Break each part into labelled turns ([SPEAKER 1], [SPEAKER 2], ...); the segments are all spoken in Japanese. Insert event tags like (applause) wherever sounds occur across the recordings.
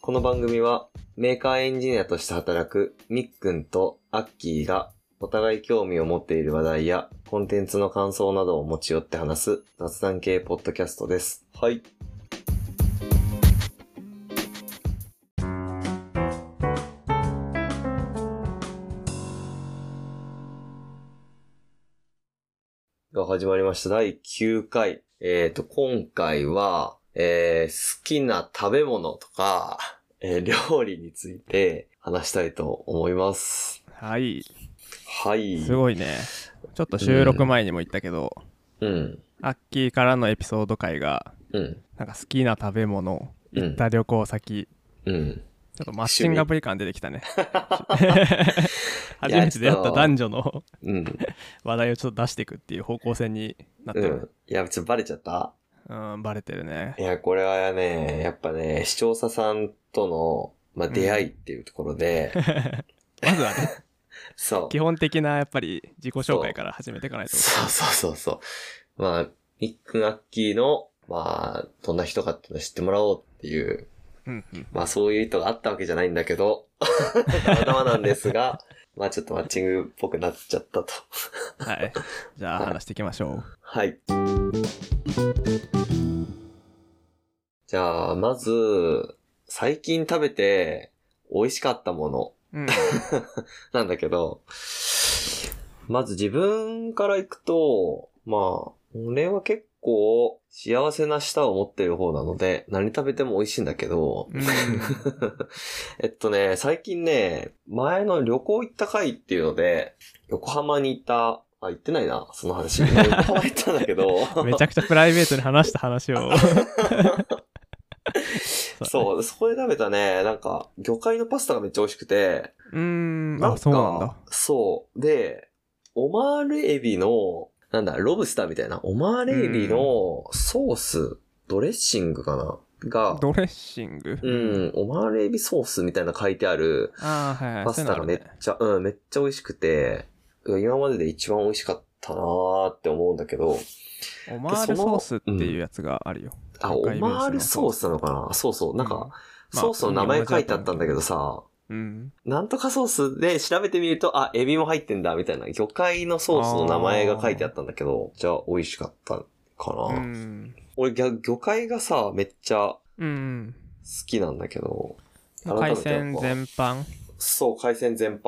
[SPEAKER 1] この番組はメーカーエンジニアとして働くみっくんとアッキーがお互い興味を持っている話題やコンテンツの感想などを持ち寄って話す雑談系ポッドキャストです。はい。が始まりました。第9回。えっ、と、今回は、えー好きな食べ物とか、えー (laughs) 料理について話したいと思います。
[SPEAKER 2] はい。
[SPEAKER 1] はい。
[SPEAKER 2] すごいね。ちょっと収録前にも言ったけど、
[SPEAKER 1] うん。
[SPEAKER 2] アッキーからのエピソード回が、
[SPEAKER 1] うん。
[SPEAKER 2] なんか好きな食べ物、
[SPEAKER 1] うん
[SPEAKER 2] 行った旅行先、
[SPEAKER 1] うん。
[SPEAKER 2] ちょっとマッチングアプリ感出てきたね。
[SPEAKER 1] 味
[SPEAKER 2] 初めて出会った男女の (laughs)
[SPEAKER 1] うん。
[SPEAKER 2] 話題をちょっと出していくっていう方向性になって
[SPEAKER 1] う
[SPEAKER 2] る。
[SPEAKER 1] ん。いや、ちょっとバレちゃった
[SPEAKER 2] うん、バレてるね
[SPEAKER 1] い。や、これはね、やっぱね、視聴者さんとの、まあ、出会いっていうところ (laughs) で、
[SPEAKER 2] まずはね、
[SPEAKER 1] そう。
[SPEAKER 2] 基本的なやっぱり自己紹介から始めていかないと。
[SPEAKER 1] そうそうそうそう。まあ、ミックン・アッキーの、まあ、どんな人かっていうのを知ってもらおうっていう、
[SPEAKER 2] うんうん。
[SPEAKER 1] まあそういう意図があったわけじゃないんだけ (laughs) ど、たまたまなんですが、まあちょっとマッチングっぽくなっちゃったと。
[SPEAKER 2] はい。じゃあ話していきましょう。
[SPEAKER 1] はい。じゃあ、まず、最近食べて美味しかったもの (laughs)
[SPEAKER 2] うん。
[SPEAKER 1] なんだけど、まず自分から行くと、まあ、俺は結構幸せな舌を持ってる方なので、何食べても美味しいんだけど、 (laughs)
[SPEAKER 2] うん
[SPEAKER 1] えっとね、最近ね、前の旅行行った回っていうので、横浜に行った、あ、行ってないな、その
[SPEAKER 2] (laughs)
[SPEAKER 1] 話。横浜行ったんだけど、
[SPEAKER 2] めちゃくちゃプライベートに話した話
[SPEAKER 1] (laughs)
[SPEAKER 2] を。う
[SPEAKER 1] そう、そこで食べたね、なんか、魚介のパスタがめっちゃ美味しくて、
[SPEAKER 2] だね。うーん。
[SPEAKER 1] なん
[SPEAKER 2] あ、
[SPEAKER 1] か、
[SPEAKER 2] そうなんだ。
[SPEAKER 1] そう。で、オマールエビの、なんだ、ロブスターみたいな、オマールエビのソース、ドレッシングかなが、
[SPEAKER 2] ドレッシング。
[SPEAKER 1] うん、オマールエビソースみたいな書いてある
[SPEAKER 2] ああ、はいはい。
[SPEAKER 1] パスタが
[SPEAKER 2] そう
[SPEAKER 1] め
[SPEAKER 2] いう
[SPEAKER 1] っ
[SPEAKER 2] のあるね
[SPEAKER 1] ちゃ、うん、めっちゃ美味しくて、今までで一番美味しかったなーって思うんだけど、
[SPEAKER 2] オマールソースっていうやつがあるよ。
[SPEAKER 1] あ、
[SPEAKER 2] 北
[SPEAKER 1] オ
[SPEAKER 2] 海ベースの
[SPEAKER 1] マールソースなのかなそうそう、なんか、
[SPEAKER 2] まあ
[SPEAKER 1] ソースの名前書いてあったんだけどさ、
[SPEAKER 2] うん。
[SPEAKER 1] なんとかソースで調べてみると、あ、エビも入ってんだ、みたいな。魚介のソースの名前が書いてあったんだけど、じゃあ美味しかったかな。
[SPEAKER 2] うん。
[SPEAKER 1] 俺ぎゃ、魚介がさ、めっちゃ好
[SPEAKER 2] うん。
[SPEAKER 1] きなんだけど、改
[SPEAKER 2] 海
[SPEAKER 1] めてやっ
[SPEAKER 2] 鮮
[SPEAKER 1] ぱ
[SPEAKER 2] 全般。
[SPEAKER 1] そう、海鮮全般。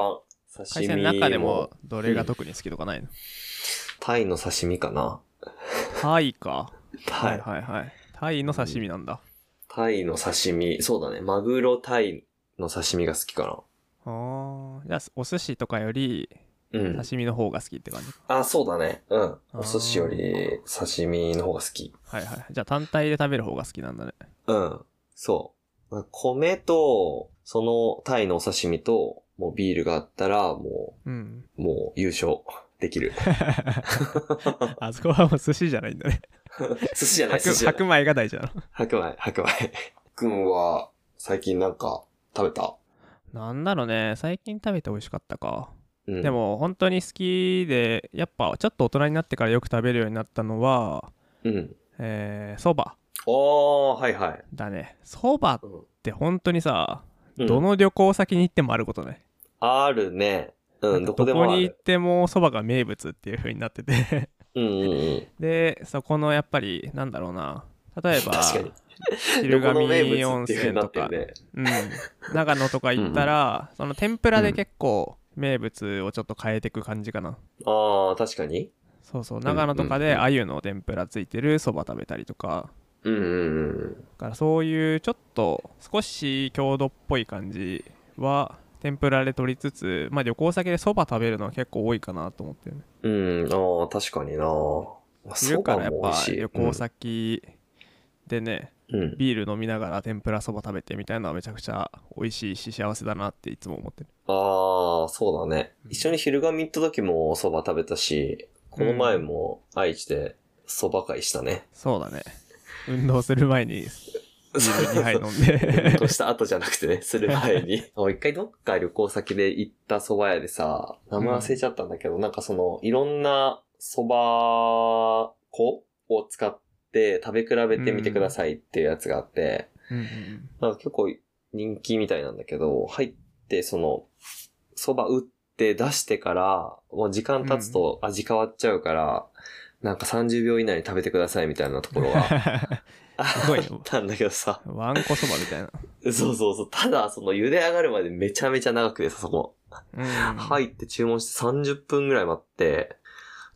[SPEAKER 1] 刺身
[SPEAKER 2] 海鮮
[SPEAKER 1] も
[SPEAKER 2] の中でもどれが特に好きとかないの
[SPEAKER 1] タイの刺身かな。
[SPEAKER 2] タイか。
[SPEAKER 1] タ
[SPEAKER 2] は
[SPEAKER 1] イ、
[SPEAKER 2] いはいはい。タイの刺身なんだ。
[SPEAKER 1] タイの刺身。そうだね。マグロタイの刺身が好きか
[SPEAKER 2] ああ。じゃあ、お寿司とかより
[SPEAKER 1] な。うん。
[SPEAKER 2] 刺身の方が好きって感じ。
[SPEAKER 1] あ、そうだね。うん。お寿司より刺身の方が好き。
[SPEAKER 2] はいはい。じゃあ、単体で食べる方が好きなんだね。
[SPEAKER 1] うん。そう。米と、そのタイのお刺身と、もうビールがあったら、も (laughs)
[SPEAKER 2] うん。 (laughs)
[SPEAKER 1] う、もう優勝できる。
[SPEAKER 2] あそこはもう寿司じゃないんだね。
[SPEAKER 1] 寿司じゃない、寿
[SPEAKER 2] 白
[SPEAKER 1] 司じゃない。
[SPEAKER 2] 白米が大事なの。
[SPEAKER 1] 白米、白米。くんは、最近なんか、食べた
[SPEAKER 2] なんだろうね、最近食べて美味しかったか。
[SPEAKER 1] うん。
[SPEAKER 2] で、も本当に好きで、やっぱちょっと大人になってからよく食べるようになったのは、
[SPEAKER 1] うん。
[SPEAKER 2] えー、そば
[SPEAKER 1] おー、はいはい。
[SPEAKER 2] だね。そばっ
[SPEAKER 1] うん
[SPEAKER 2] て本当にさ、
[SPEAKER 1] うん
[SPEAKER 2] どの旅行先に行ってもあることね。
[SPEAKER 1] あるね。うん、
[SPEAKER 2] なん
[SPEAKER 1] ど
[SPEAKER 2] か
[SPEAKER 1] こでもあ
[SPEAKER 2] に行っ
[SPEAKER 1] る。
[SPEAKER 2] てもそばが名物っていう風になってて (laughs)
[SPEAKER 1] うんうんうん。
[SPEAKER 2] でそこのやっぱりなんだろうな例えば
[SPEAKER 1] 確かに。
[SPEAKER 2] 昼
[SPEAKER 1] どこの名
[SPEAKER 2] 神
[SPEAKER 1] 物
[SPEAKER 2] 温
[SPEAKER 1] っていう風
[SPEAKER 2] 泉
[SPEAKER 1] にな
[SPEAKER 2] と
[SPEAKER 1] って
[SPEAKER 2] か
[SPEAKER 1] るね。
[SPEAKER 2] うん、長野とか行ったら、その天ぷらで結構名物をちょっと変えていく感じかな、
[SPEAKER 1] あー、確かに。
[SPEAKER 2] そうそう長野とか
[SPEAKER 1] うんう
[SPEAKER 2] で
[SPEAKER 1] んうん
[SPEAKER 2] 鮎の天ぷらついてるそば食べたりとか
[SPEAKER 1] うんうんうん。
[SPEAKER 2] だからそういうちょっと少し郷土っぽい感じは天ぷらで取りつつ、まあ、旅行先でそば食べるのは結構多いかなと思ってるね
[SPEAKER 1] うん、あー、確かにな
[SPEAKER 2] 昼からやっぱ
[SPEAKER 1] そばも美味しい
[SPEAKER 2] 旅行先でね、
[SPEAKER 1] うんうん
[SPEAKER 2] ビール飲みながら天ぷらそば食べてみたいなのはめちゃくちゃ美味しいし幸せだなっていつも思ってる
[SPEAKER 1] ああ、そうだね。
[SPEAKER 2] うん
[SPEAKER 1] 一緒に昼神行った時も蕎麦食べたし、この前も愛知で蕎麦会したね。
[SPEAKER 2] そうだね運動する前にビール2杯飲
[SPEAKER 1] (laughs)
[SPEAKER 2] ん
[SPEAKER 1] 運
[SPEAKER 2] で
[SPEAKER 1] 動した後じゃなくてね、する前に。俺一回どっか旅行先で行った蕎麦屋でさ、名前忘れちゃったんだけど、なんかその、いろんな蕎麦粉を使って食べ比べてみてくださいっていうやつがあって、
[SPEAKER 2] うんうん
[SPEAKER 1] なんか結構人気みたいなんだけど、入って、その、蕎麦打って出してから、もう時間経つと味変わっちゃうから、なんか30秒以内に食べてくださいみたいなところは
[SPEAKER 2] (laughs) すごいね
[SPEAKER 1] あったんだけどさ。
[SPEAKER 2] わんこそばみたいな。
[SPEAKER 1] そうそうそう。ただ、その茹で上がるまでめちゃめちゃ長くてさ、そこ。(laughs)
[SPEAKER 2] うん、
[SPEAKER 1] 入って注文して30分ぐらい待って、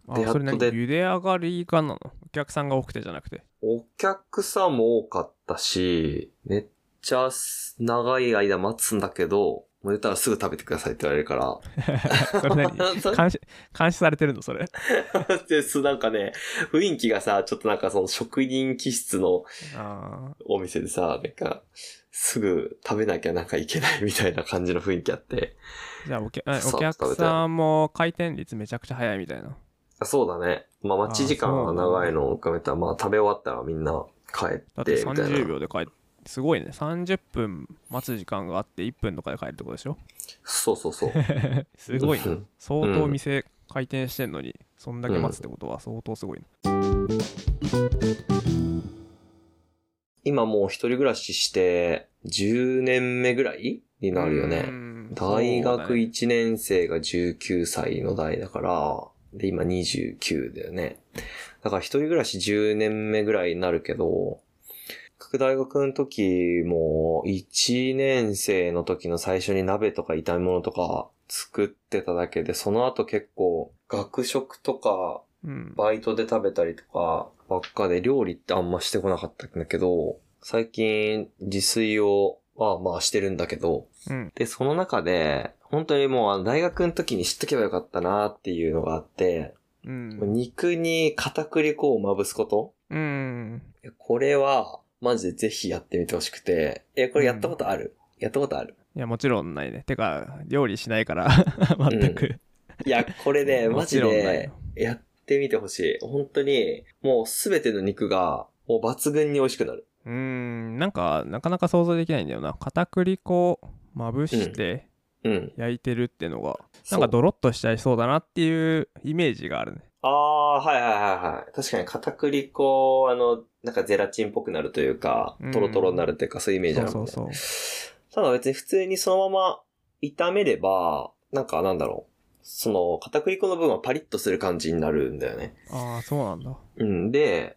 [SPEAKER 2] あ
[SPEAKER 1] でやっと
[SPEAKER 2] それ何
[SPEAKER 1] で
[SPEAKER 2] 茹で上がりがなのお客さんが多くてじゃなく
[SPEAKER 1] (laughs)
[SPEAKER 2] て。
[SPEAKER 1] お客さんも多かったし、めっちゃ長い間待つんだけど、もう出たらすぐ食べてくださいって言われるから。
[SPEAKER 2] それ何監視監視されてるのそれ。
[SPEAKER 1] (laughs) で、す、なんかね、雰囲気がさ、ちょっとなんかその職人気質の
[SPEAKER 2] あ
[SPEAKER 1] お店でさ、なんか、すぐ食べなきゃなんかいけないみたいな感じの雰囲気あって。
[SPEAKER 2] ーじゃあお客あ
[SPEAKER 1] そう
[SPEAKER 2] お客さんも回転率めちゃくちゃ早いみたいな。
[SPEAKER 1] あそうだね。まあ待ち時間が長いのを含めたら、まあ食べ終わったらみんな帰
[SPEAKER 2] だ
[SPEAKER 1] っ
[SPEAKER 2] って
[SPEAKER 1] て、みたい
[SPEAKER 2] 30
[SPEAKER 1] な。
[SPEAKER 2] 秒で帰って。すごいね30分待つ時間があって1分とかで帰るってことでし
[SPEAKER 1] (laughs)
[SPEAKER 2] ょ
[SPEAKER 1] そうそうそう。
[SPEAKER 2] すごいうなん相当店回転してんのにそんだけ待つってことは相当すごいな
[SPEAKER 1] (laughs) 今もう一人暮らしして、10年目ぐらいになるよね。
[SPEAKER 2] うん
[SPEAKER 1] 大
[SPEAKER 2] そうだ
[SPEAKER 1] 学
[SPEAKER 2] ね
[SPEAKER 1] 1年生が19歳の代だから、で、今29だよね。だから一人暮らし10年目ぐらいになるけど、各大学の時も1年生の時の最初に鍋とか炒め物とか作ってただけで、その後結構学食とか
[SPEAKER 2] うん
[SPEAKER 1] バイトで食べたりとかばっかで料理ってあんましてこなかったんだけど、最近自炊をまあまあしてるんだけど、
[SPEAKER 2] うん
[SPEAKER 1] で、その中で、本当にもうあの大学の時に知っとけばよかったなっていうのがあって、
[SPEAKER 2] うん
[SPEAKER 1] 肉に片栗粉をまぶすこと
[SPEAKER 2] うん
[SPEAKER 1] いやこれは、マジでぜひやってみてほしくて、え、これやったことある、やったことある
[SPEAKER 2] いやもちろんないねてか料理しないから (laughs) 全く、
[SPEAKER 1] いや、これね、マ
[SPEAKER 2] もち
[SPEAKER 1] ジ
[SPEAKER 2] ろんない
[SPEAKER 1] で
[SPEAKER 2] よ、
[SPEAKER 1] やってみてほしい。本当に、もうすべての肉が、もう抜群に美味しくなる。
[SPEAKER 2] うーんなんかなかなか想像できないんだよな片栗粉まぶして
[SPEAKER 1] うん。
[SPEAKER 2] 焼いてるってのが、
[SPEAKER 1] そう
[SPEAKER 2] なんかドロッとしちゃいそうだなっていうイメージがあるね
[SPEAKER 1] ああ、はいはいはいはい。確かに片栗粉、あの、なんかゼラチンっぽくなるというか
[SPEAKER 2] うん、
[SPEAKER 1] トロトロになるというか、そういうイメージあるもんね。
[SPEAKER 2] そうそう
[SPEAKER 1] ただ別に普通にそのまま炒めれば、なんかなんだろう。その、片栗粉の部分はパリッとする感じになるんだよね。
[SPEAKER 2] ああそうなんだ
[SPEAKER 1] うん。で、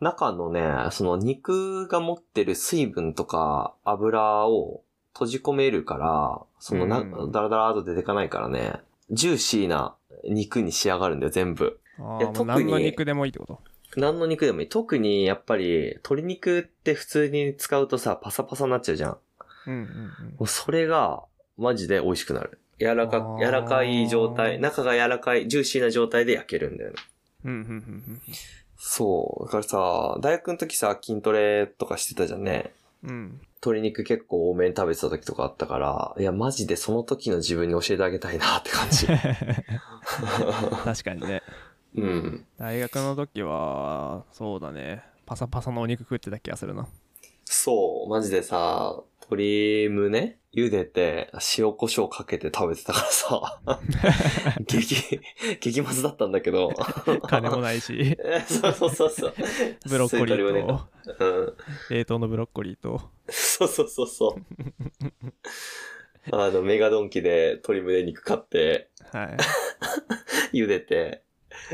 [SPEAKER 1] 中のね、その肉が持ってる水分とか油を閉じ込めるから、そのな、
[SPEAKER 2] うん
[SPEAKER 1] ダラダラーと出てかないからね、ジューシーな肉に仕上がるんだよ、全部。
[SPEAKER 2] あ
[SPEAKER 1] いや
[SPEAKER 2] あも
[SPEAKER 1] 特
[SPEAKER 2] う
[SPEAKER 1] に
[SPEAKER 2] 何の肉でもいいってこと
[SPEAKER 1] 何の肉でもいい。特にやっぱり鶏肉って普通に使うとさ、パサパサになっちゃうじゃん。
[SPEAKER 2] うんうんうん
[SPEAKER 1] もうそれが、マジで美味しくなる。柔ら
[SPEAKER 2] あ
[SPEAKER 1] か
[SPEAKER 2] ー、
[SPEAKER 1] 柔らかい状態、中が柔らかい、ジューシーな状態で焼けるんだよね。
[SPEAKER 2] うんうんうん
[SPEAKER 1] そう。だからさ、大学の時さ、筋トレとかしてたじゃんね。
[SPEAKER 2] う
[SPEAKER 1] (laughs)
[SPEAKER 2] んうん
[SPEAKER 1] 鶏肉結構多めに食べてた時とかあったから、いや、マジでその時の自分に教えてあげたいなって感
[SPEAKER 2] (laughs)
[SPEAKER 1] じ。
[SPEAKER 2] 確かにね
[SPEAKER 1] うん。
[SPEAKER 2] 大学の時はそうだねパサパサのお肉食ってた気がする
[SPEAKER 1] (laughs)
[SPEAKER 2] な
[SPEAKER 1] そう、マジでさ、鶏胸茹でて、塩胡椒かけて食べてたから
[SPEAKER 2] (laughs)
[SPEAKER 1] さ、激、激まずだったんだけど。
[SPEAKER 2] 金もないし
[SPEAKER 1] え (laughs) そうそうそうそう。
[SPEAKER 2] (laughs) ブロッコリ
[SPEAKER 1] そういう鶏
[SPEAKER 2] ー
[SPEAKER 1] をね
[SPEAKER 2] と
[SPEAKER 1] うん。
[SPEAKER 2] 冷凍のブロッコリーと
[SPEAKER 1] そうそうそう
[SPEAKER 2] (laughs)
[SPEAKER 1] そう。あの、メガドンキで鶏胸肉買って、
[SPEAKER 2] はい
[SPEAKER 1] 茹でて、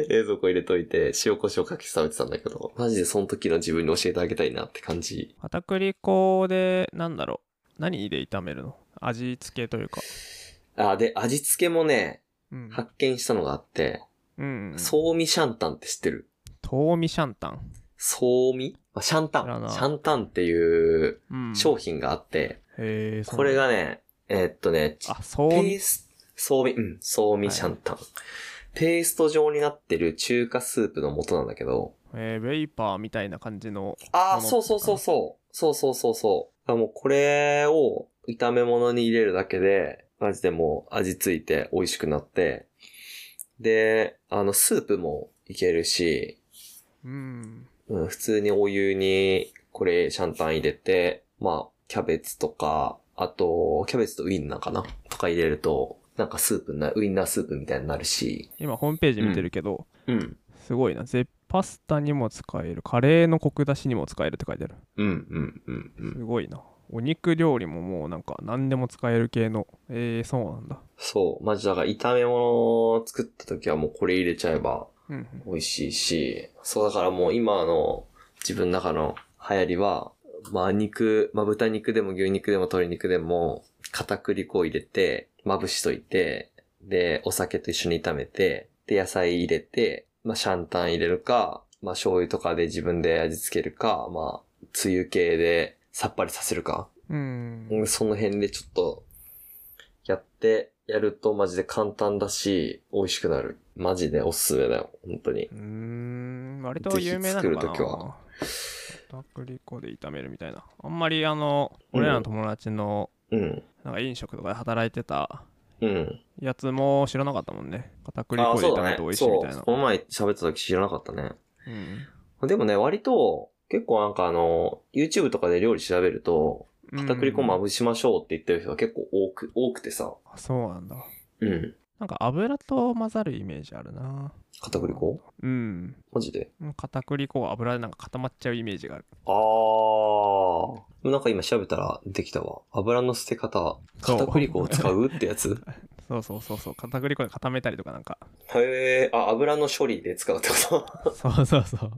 [SPEAKER 1] 冷蔵庫入れといて、塩コショウかけて食べてたんだけど、マジでその時の自分に教えてあげたいなって感じ。
[SPEAKER 2] (laughs) 片栗粉でなんだろう何で炒めるの味付けというか
[SPEAKER 1] あ、で、味付けもね、
[SPEAKER 2] うん
[SPEAKER 1] 発見したのがあって、
[SPEAKER 2] うん
[SPEAKER 1] ソーミシャンタンって知ってる
[SPEAKER 2] 豆味シャンタン
[SPEAKER 1] ソーミあシャンタ
[SPEAKER 2] 知らな
[SPEAKER 1] ン。
[SPEAKER 2] い
[SPEAKER 1] シャンタンっていう
[SPEAKER 2] うん
[SPEAKER 1] 商品があって、
[SPEAKER 2] へえそう
[SPEAKER 1] これがね、えーっとね、
[SPEAKER 2] あそう
[SPEAKER 1] ペース、そうみ、うん、そうみシャンタン。ペースト状になってる中華スープの素なんだけど。
[SPEAKER 2] えーウェイパーみたいな感じの
[SPEAKER 1] あ
[SPEAKER 2] あ
[SPEAKER 1] あ、
[SPEAKER 2] の
[SPEAKER 1] そうそうそうそう。そうそうそうそう。あもうこれを炒め物に入れるだけで、マジでもう味ついて美味しくなって。で、あの、スープもいけるし、
[SPEAKER 2] うん
[SPEAKER 1] うん、普通にお湯にこれシャンタン入れて、まあ、キャベツとか、あと、キャベツとウインナーかなとか入れると、なんかスープになウインナースープみたいになるし、
[SPEAKER 2] 今ホームページ見てるけど、
[SPEAKER 1] うん。
[SPEAKER 2] すごいなぜパスタにも使えるカレーのコク出しにも使えるって書いてある
[SPEAKER 1] うん、うん、うん、う
[SPEAKER 2] す
[SPEAKER 1] ん。
[SPEAKER 2] ごいなお肉料理ももうなんか何でも使える系のえー、そうなんだ
[SPEAKER 1] そう。まじ、だから炒め物を作った時はもうこれ入れちゃえば
[SPEAKER 2] うんうん
[SPEAKER 1] 美味しいし、そうだからもう今の自分の中の流行りは、まあ肉、まあ豚肉でも牛肉でも鶏肉でも片栗粉を入れて、まぶしといて、で、お酒と一緒に炒めて、で、野菜入れて、まあシャンタン入れるか、まあ醤油とかで自分で味付けるか、まあ、つゆ系でさっぱりさせるか。
[SPEAKER 2] うん
[SPEAKER 1] うんその辺でちょっと、やって、やるとマジで簡単だし、美味しくなる。マジでおすすめだよ、本当に
[SPEAKER 2] う。ーん割と有名なのか
[SPEAKER 1] ぜひ
[SPEAKER 2] な
[SPEAKER 1] 作るときは
[SPEAKER 2] 片栗粉で炒めるみたいなあんまりあの
[SPEAKER 1] うん
[SPEAKER 2] 俺らの友達の
[SPEAKER 1] うん。
[SPEAKER 2] なんか飲食とかで働いてた
[SPEAKER 1] うん。
[SPEAKER 2] やつも知らなかったもんね片栗
[SPEAKER 1] あ
[SPEAKER 2] 粉
[SPEAKER 1] あ、
[SPEAKER 2] で
[SPEAKER 1] そう
[SPEAKER 2] 炒
[SPEAKER 1] だ
[SPEAKER 2] め
[SPEAKER 1] ね
[SPEAKER 2] て美。味しいみ
[SPEAKER 1] そ
[SPEAKER 2] たいな
[SPEAKER 1] う。この前喋った時知らなかったね。
[SPEAKER 2] うん
[SPEAKER 1] でもね、割と、結構なんかあの、YouTube とかで料理調べると、片栗粉ま
[SPEAKER 2] ぶ
[SPEAKER 1] ぶしましょうって言ってる人が結構多く、多くてさ。
[SPEAKER 2] そうなんだ
[SPEAKER 1] うん。
[SPEAKER 2] なんか油と混ざるイメージあるな
[SPEAKER 1] 片栗粉
[SPEAKER 2] うん
[SPEAKER 1] マジで
[SPEAKER 2] 片栗粉が油でなんか固まっちゃうイメージがある
[SPEAKER 1] あー。なんか今調べたらできたわ。油の捨て方、
[SPEAKER 2] そう
[SPEAKER 1] 片栗粉を使うってやつ
[SPEAKER 2] そうそうそうそう片栗粉で固めたりとかなんか
[SPEAKER 1] (laughs) へえ、あ、油の処理で使うってこと
[SPEAKER 2] そうそうそう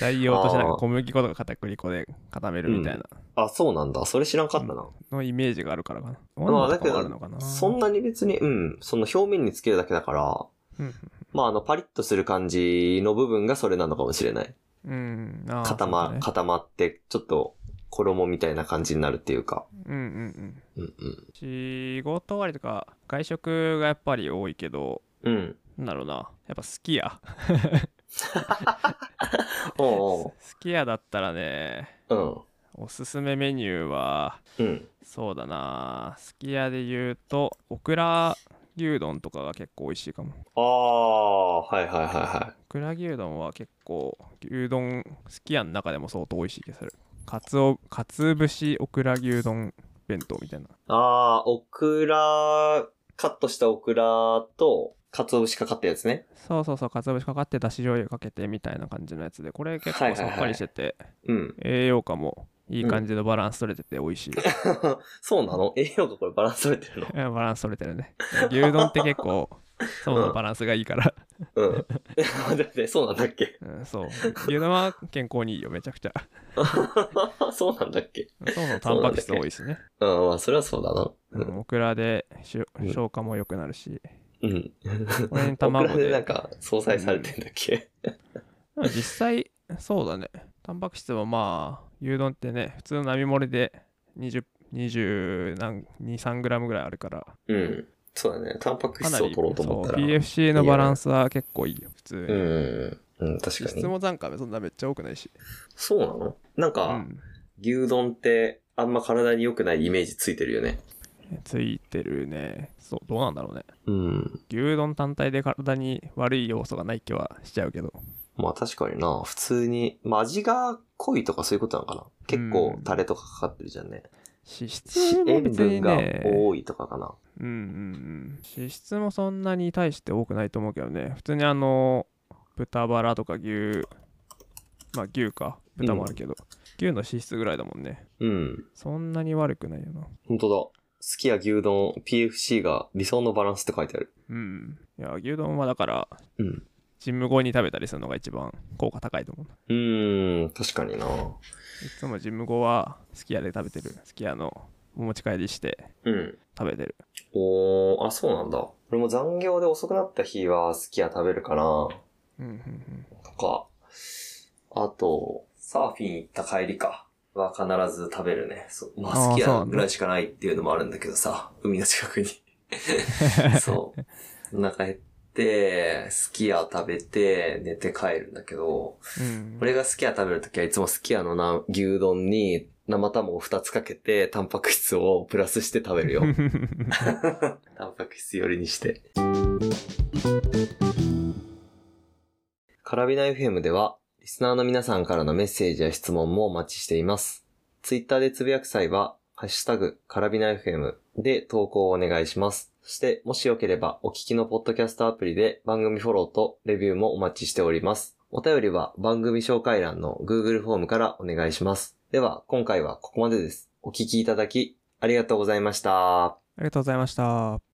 [SPEAKER 2] 代用としてなん
[SPEAKER 1] あ
[SPEAKER 2] か
[SPEAKER 1] ー
[SPEAKER 2] 小麦粉とか片栗粉で固めるみたいな
[SPEAKER 1] あ、そうなんだ。それ知らんかったな。
[SPEAKER 2] のイメージがあるからかな。
[SPEAKER 1] まあ
[SPEAKER 2] 女とかもあるのかな。
[SPEAKER 1] そんなに別に、うん、その表面につけるだけだから、
[SPEAKER 2] うん。
[SPEAKER 1] まあ、あの、パリッとする感じの部分がそれなのかもしれない。
[SPEAKER 2] うん。あー
[SPEAKER 1] 固ま、
[SPEAKER 2] そうだね
[SPEAKER 1] 固まって、ちょっと、衣みたいな感じになるっていうか。
[SPEAKER 2] うんうんうん。
[SPEAKER 1] うんうん。
[SPEAKER 2] 仕事終わりとか、外食がやっぱり多いけど、
[SPEAKER 1] うん。
[SPEAKER 2] なんだろうな。やっぱ好きや。
[SPEAKER 1] おう
[SPEAKER 2] 好きやだったらね、
[SPEAKER 1] お
[SPEAKER 2] おすすめメニューは、
[SPEAKER 1] う。うん。うん。
[SPEAKER 2] そうだな。好きやで言うと、オクラ牛丼とかが結構美味しいかも。
[SPEAKER 1] ああ、はいはいはいは
[SPEAKER 2] オクラ牛丼は結構、牛丼、好きやの中でも相当美味しい気がする。かつお、かつ節オクラ牛丼弁当みたいな。
[SPEAKER 1] い。ああ、オクラ、カットしたオクラと、鰹節かかったやつね。
[SPEAKER 2] そうそうそう、かつお節かかって、だし醤油かけてみたいな感じのやつで、これ結構さっぱりしてて、
[SPEAKER 1] うん。 (laughs)
[SPEAKER 2] 栄養価もいい感じのバランス取れてて美味しい。
[SPEAKER 1] そうなの栄養がこれバランス取れてるの
[SPEAKER 2] バランス取れてるね。牛丼って結
[SPEAKER 1] (laughs)
[SPEAKER 2] 構、そもそもバランスがいいから、 (laughs)
[SPEAKER 1] うん。え待って待って、そうなんだっけ (laughs)
[SPEAKER 2] うん、そう。牛丼は健康にいいよ、めちゃくちゃ。
[SPEAKER 1] そうなんだっけ
[SPEAKER 2] そもそもタンパク質多いしね。
[SPEAKER 1] うん、まあ、それはそうだな。
[SPEAKER 2] うんオクラでしゅ
[SPEAKER 1] うん
[SPEAKER 2] 消化も良くなるし、
[SPEAKER 1] うん。
[SPEAKER 2] これに
[SPEAKER 1] オク
[SPEAKER 2] 卵
[SPEAKER 1] ラでなん
[SPEAKER 2] で。
[SPEAKER 1] か、相殺されてんだっけ、
[SPEAKER 2] でも実際、そうだね。タンパク質はまあ、牛丼ってね、普通の並盛りで20、20何、2、3グラムぐらいあるから、
[SPEAKER 1] うん、そうだね。タンパク
[SPEAKER 2] かな
[SPEAKER 1] 質を
[SPEAKER 2] り
[SPEAKER 1] 取ろうと思ったら。
[SPEAKER 2] そう PFC のバランスは結構いいよ普通に、
[SPEAKER 1] うん。うん、確
[SPEAKER 2] 脂
[SPEAKER 1] か
[SPEAKER 2] 質
[SPEAKER 1] に。
[SPEAKER 2] も残価もそんなめっちゃ多くないし、
[SPEAKER 1] そうなのなん
[SPEAKER 2] う
[SPEAKER 1] か、
[SPEAKER 2] ん、
[SPEAKER 1] 牛丼って、あんま体に良くないイメージついてるよね。
[SPEAKER 2] ついてるねそうどうなんだろうね
[SPEAKER 1] うん。
[SPEAKER 2] 牛丼単体で体に悪い要素がない気はしちゃうけど
[SPEAKER 1] まあ確かにな。普通に、まあ味が濃いとかそういうことなのかな。結構タレとかかかってるじゃんね。
[SPEAKER 2] 脂質も
[SPEAKER 1] 塩
[SPEAKER 2] 別
[SPEAKER 1] 分
[SPEAKER 2] に
[SPEAKER 1] が
[SPEAKER 2] ね
[SPEAKER 1] 多いとかかな。
[SPEAKER 2] うんうんうん脂質もそんなに対して多くないと思うけどね普通にあの豚バラとか牛まあ牛か豚もあるけど、牛の脂質ぐらいだもんね
[SPEAKER 1] うん。
[SPEAKER 2] そんなに悪くないよな
[SPEAKER 1] 本当だ。好きや牛丼 PFC が理想のバランスって書いてある。
[SPEAKER 2] うんいや牛丼はだから
[SPEAKER 1] うん。
[SPEAKER 2] ジム後に食べたりするのが一番効果高いと思うな。
[SPEAKER 1] うーん、確かにな。
[SPEAKER 2] いつもジム後はすき家で食べてる。すき家のお持ち帰りして
[SPEAKER 1] うん。
[SPEAKER 2] 食べてる。
[SPEAKER 1] おー、あ、そうなんだ。俺も残業で遅くなった日は好きや食べるかな。
[SPEAKER 2] うんうんうん。
[SPEAKER 1] とか。あと、サーフィン行った帰りか。は必ず食べるね。そうま
[SPEAKER 2] あ
[SPEAKER 1] あ、
[SPEAKER 2] ー
[SPEAKER 1] 好き
[SPEAKER 2] そうな
[SPEAKER 1] や
[SPEAKER 2] んだ
[SPEAKER 1] ぐらいしかないっていうのもあるんだけど
[SPEAKER 2] (laughs)
[SPEAKER 1] さ。海の近くに。そう。お腹減って、好きや食べて、寝て帰るんだけど。
[SPEAKER 2] うん、 (laughs)
[SPEAKER 1] 俺がスキヤ食べるときはいつもスキヤのな牛丼に生卵を2つかけて、タンパク質をプラスして食べるよ。 (laughs) タンパク質寄りにして。カラビナ FM では、リスナーの皆さんからのメッセージや質問もお待ちしています。ツイッターでつぶやく際は、ハッシュタグ、カラビナ FM で投稿をお願いします。そして、もしよければ、お聞きのポッドキャストアプリで番組フォローとレビューもお待ちしております。お便りは番組紹介欄の Google フォームからお願いします。では、今回はここまでです。お聞きいただき、ありがとうございました。
[SPEAKER 2] ありがとうございました。